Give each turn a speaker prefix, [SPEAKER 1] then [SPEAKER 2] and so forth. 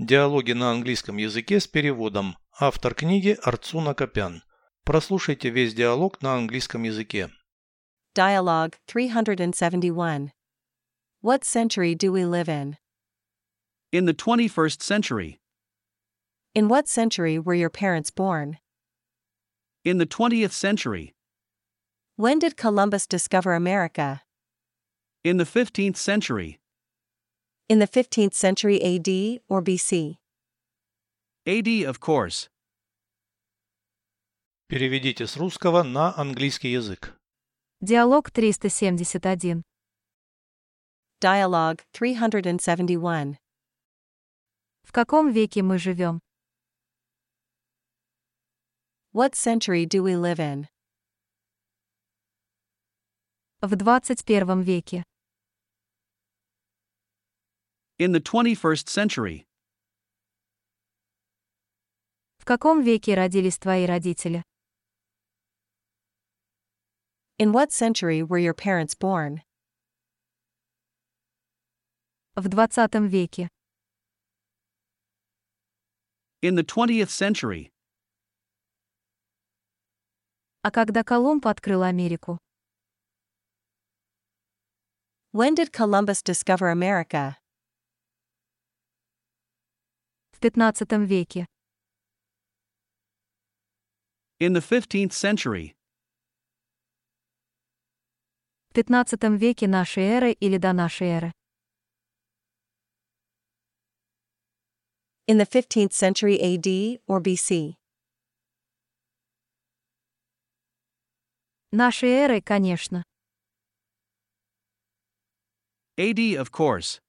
[SPEAKER 1] Диалоги на английском языке с переводом. Автор книги Арцуна Копян. Прослушайте весь диалог на английском языке.
[SPEAKER 2] Dialogue 371. What century do we live in?
[SPEAKER 3] In the 21st century.
[SPEAKER 2] In what century were your parents born?
[SPEAKER 3] In the 20th century.
[SPEAKER 2] When did Columbus discover America?
[SPEAKER 3] In the 15th century.
[SPEAKER 2] In the 15th century AD or BC?
[SPEAKER 3] AD, of course.
[SPEAKER 1] Переведите с русского на английский язык.
[SPEAKER 4] Диалог 371.
[SPEAKER 2] Dialogue 371.
[SPEAKER 4] В каком веке мы живем?
[SPEAKER 2] What century do we live in?
[SPEAKER 4] В 21 веке.
[SPEAKER 3] In the 21st century.
[SPEAKER 4] В каком веке родились твои родители?
[SPEAKER 2] In what century were your parents born?
[SPEAKER 4] В 20 веке.
[SPEAKER 3] In the 20th century.
[SPEAKER 4] А когда Колумб открыл Америку?
[SPEAKER 2] When did Columbus discover America?
[SPEAKER 4] В 15 веке.
[SPEAKER 3] In the 15th century.
[SPEAKER 4] В 15 веке нашей эры или до нашей эры?
[SPEAKER 2] In the 15th century AD or BC?
[SPEAKER 4] Нашей эры, конечно.
[SPEAKER 3] AD, of course.